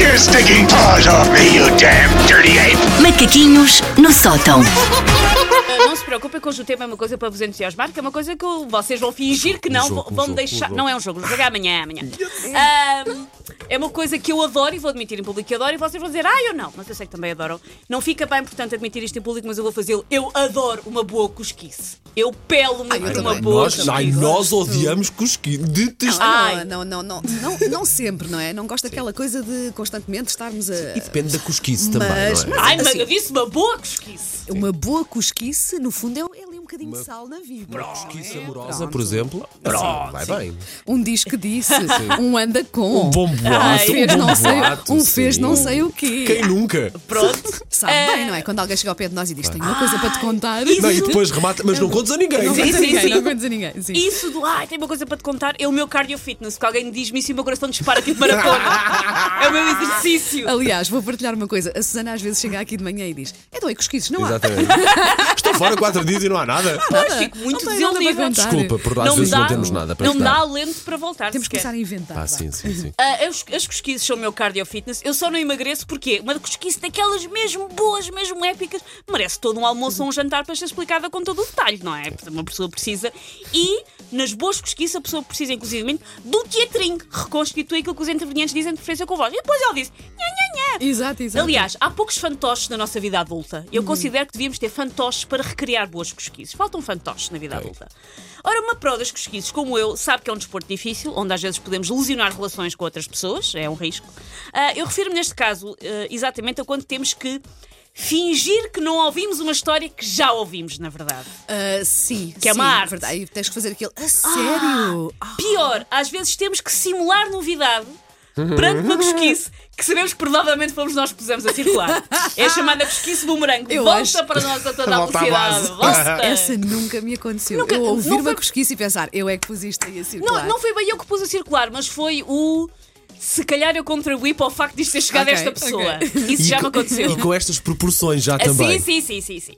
your stinking paws off me, you damn dirty ape! Macaquinhos no sótão. Não se preocupe que hoje o tema é uma coisa para vos entusiasmar, que é uma coisa que vocês vão fingir que não, jogo, vão um vão jogo, um deixar. jogo. não é um jogo, o jogo é amanhã, amanhã. Ahm, é uma coisa que eu adoro e vou admitir em público que adoro e vocês vão dizer, ah, eu não, mas eu sei que também adoram. Não fica bem, portanto, admitir isto em público, mas eu vou fazê-lo. Eu adoro uma boa cosquice. Eu pelo-me por uma boa Nós, cosquice. ai, nós odiamos cusquinho. Detestamos. Ai. Não, não, não, não, não, não sempre, não é? Não gosto daquela coisa de constantemente estarmos a. E depende da cosquice Mas- também, não é? Ai, mas assim- eu disse uma boa cosquice. Uma boa cosquice, no fundo, é é ali um bocadinho de sal na vida. Uma não é? cosquice amorosa, Pronto. por exemplo. Assim, vai bem. Um diz que disse, um anda com. Um bom boato. fez um bom não sei, boato, um fez sim. não sei o quê. Quem nunca? Pronto. Sabe É. bem, não é? Quando alguém chega ao pé de nós e diz: Tenho uma coisa para te contar. Não, e depois remata, mas não contes a ninguém. Não Sim, contas a sim, ninguém, sim. não contas a ninguém. Sim. Isso do ai, tem uma coisa para te contar, é o meu cardio fitness, porque alguém diz-me isso e o meu coração dispara tipo maratona. é o meu exercício. Aliás, vou partilhar uma coisa. A Susana às vezes chega aqui de manhã e diz: Então é cosquices, não há. Exatamente. Estou fora quatro dias e não há nada. Mas fico muito Não tem nada para desiludida. contar. Desculpa, por às Não vezes dá, não temos nada para não estar. dá alento para voltar. Temos que sequer. começar a inventar. Ah, vá. sim, sim, sim. Ah, as, as cosquices são o meu cardio fitness. Eu só não emagreço porque uma cosquice daquelas mesmo boas, mesmo épicas, merece todo um almoço ou um jantar para ser explicada com todo o detalhe, não é? Uma pessoa precisa. E nas boas cosquices, a pessoa precisa, inclusive, do teatrinho que reconstitui aquilo que os intervenientes dizem de preferência com voz. E depois ele diz: nha, nha, nha. Exato, exato. Aliás, há poucos fantoches na nossa vida adulta. Eu considero que devíamos ter fantoches para recriar boas cosquices. Faltam fantoches na vida adulta. Ora, uma pró das cosquices, como eu, sabe que é um desporto difícil, onde às vezes podemos lesionar relações com outras pessoas, é um risco. Ah, eu refiro-me neste caso ah, exatamente a quando temos que fingir que não ouvimos uma história que já ouvimos, na verdade. Ah, sim. Que é uma sim, arte. Verdade. E tens que fazer aquilo. A sério? Ah, Pior, às vezes temos que simular novidade perante uma cosquice que sabemos que provavelmente fomos nós que pusemos a circular. É a chamada cosquice bumerangue. Eu Volta acho- para nós a toda a Volta à velocidade. base. Volta. Essa é nunca me aconteceu. Nunca- eu ouvir não uma foi- cosquice e pensar, eu é que pus isto aí a circular. Não, não foi bem eu que pus a circular, mas foi o. Se calhar eu contribuí para o facto de isto ter chegado a Ok, esta pessoa. ok. Isso já me com- aconteceu. E com estas proporções já Ah, também. Sim, sim, sim, sim, sim.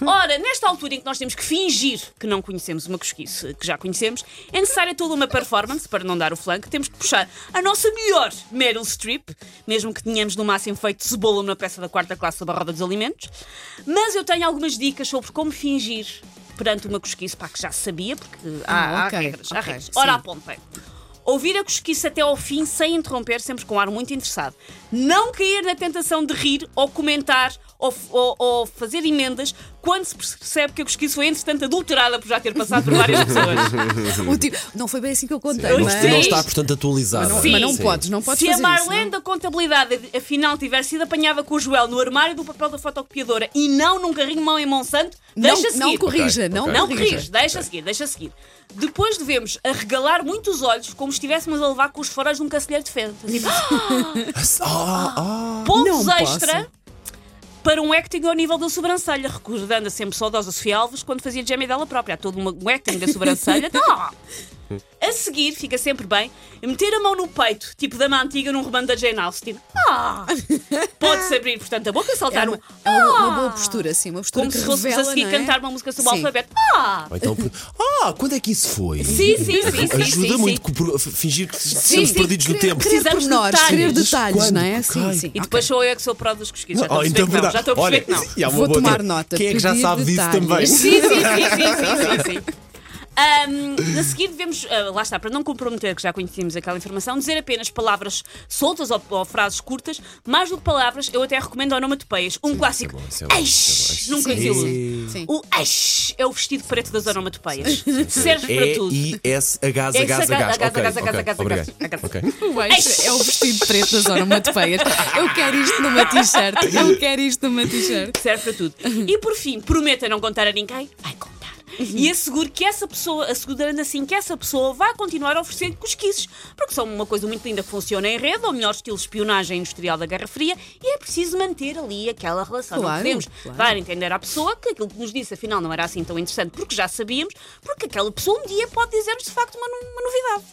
Ora, nesta altura em que nós temos que fingir que não conhecemos uma cosquice que já conhecemos, é necessária toda uma performance para não dar o flanco. Temos que puxar a nossa melhor Meryl Streep, mesmo que tenhamos no máximo feito cebola numa peça da quarta classe da roda dos alimentos. Mas eu tenho algumas dicas sobre como fingir perante uma cosquice, pá, que já sabia, porque há, Ah, há ok, regras. Há ok, regras. Ora, sim. apontem. Ouvir a cosquice até ao fim sem interromper, sempre com um ar muito interessado. Não cair na tentação de rir ou comentar ou, f- ou- ou fazer emendas quando se percebe que a cosquice foi entretanto adulterada por já ter passado por várias pessoas. O tipo- não foi bem assim que eu contei. Sim. Não, mas... está- não Sim. está, portanto, atualizada. Mas não, Sim. mas não Sim. podes, não é? podes Se a fazer Marlene isso. da contabilidade afinal tiver sido apanhada com o Joel no armário do papel da fotocopiadora e não num carrinho mão em Monsanto, Não, deixa não, não seguir. corrija, Ok, não, ok. Não corrija. corriges, deixa seguir, deixa seguir. Depois devemos arregalar muito os olhos, como estivéssemos a levar com os faróis de um cancelheiro de fenda. Assim, Ah, ah, pontos Não extra posso. para um acting ao nível da sobrancelha, recordando a sempre saudosa Sofia Alves quando fazia gêmea dela própria. Há todo uma- um acting da sobrancelha. Tá. A seguir, fica sempre bem, meter a mão no peito, tipo da mão antiga num rebando da Jane Austen. Ah! Pode-se abrir, portanto, a boca, É saltar uma, um é uma- uma ah! boa postura, assim, uma postura Como que se fôssemos revela, a seguir não é? cantar uma música sob o Sim. alfabeto. Ah! ou então, ah, quando é que isso foi? Sim, sim, sim, sim, Ajuda sim, muito sim. que por- fingir que estamos sim, perdidos no Querer- tempo. Querer Precisamos de pormenores, querer detalhes. detalhes, não é? Mas Sim, quando? sim. E depois sou eu que sou pró dos cosquinhos. Já estou Oh, a perceber que não, verdade. já estou a Olha, perceber que não. e há uma Vou boa tomar dica. nota, Quem é que já pedir sabe disso detalhes. também? Sim, sim, sim, sim, sim, sim, sim. Ahm, a seguir devemos, ah, lá está, para não comprometer que já conhecíamos aquela informação, dizer apenas palavras soltas ou, ou frases curtas, mais do que palavras, eu até recomendo onomatopeias. Um clássico. bom, isso é bom, Eish! isso é bom. Nunca Sim, desilude. sim, sim. O eish é o vestido preto das onomatopeias. Serve É para tudo. E-I-S-H-H-H. É isso, H, H, H, Ok, H, H, ok, H, H, H. obrigado. Ok. O extra é o vestido preto das onomatopeias. Eu quero isto numa t-shirt. Eu quero isto numa t-shirt. Serve para tudo. E por fim, prometa não contar a ninguém, vai contar. Uhum. E assegure que essa pessoa, assegurando assim que essa pessoa vai continuar a oferecer cosquices, porque são uma coisa muito linda que funciona em rede, ou melhor, estilo espionagem industrial da Guerra Fria, e é preciso manter ali aquela relação. não Claro, podemos claro. dar a entender à pessoa que aquilo que nos disse afinal não era assim tão interessante, porque já sabíamos, porque aquela pessoa um dia pode dizer-nos de facto uma, nu- uma novidade.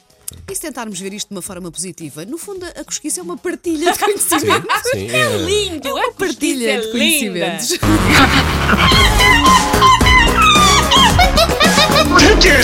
E se tentarmos ver isto de uma forma positiva, no fundo a cosquice é uma partilha de conhecimento. Sim, é. Lindo! É, Partilha cosquice, é de linda. conhecimentos. Take your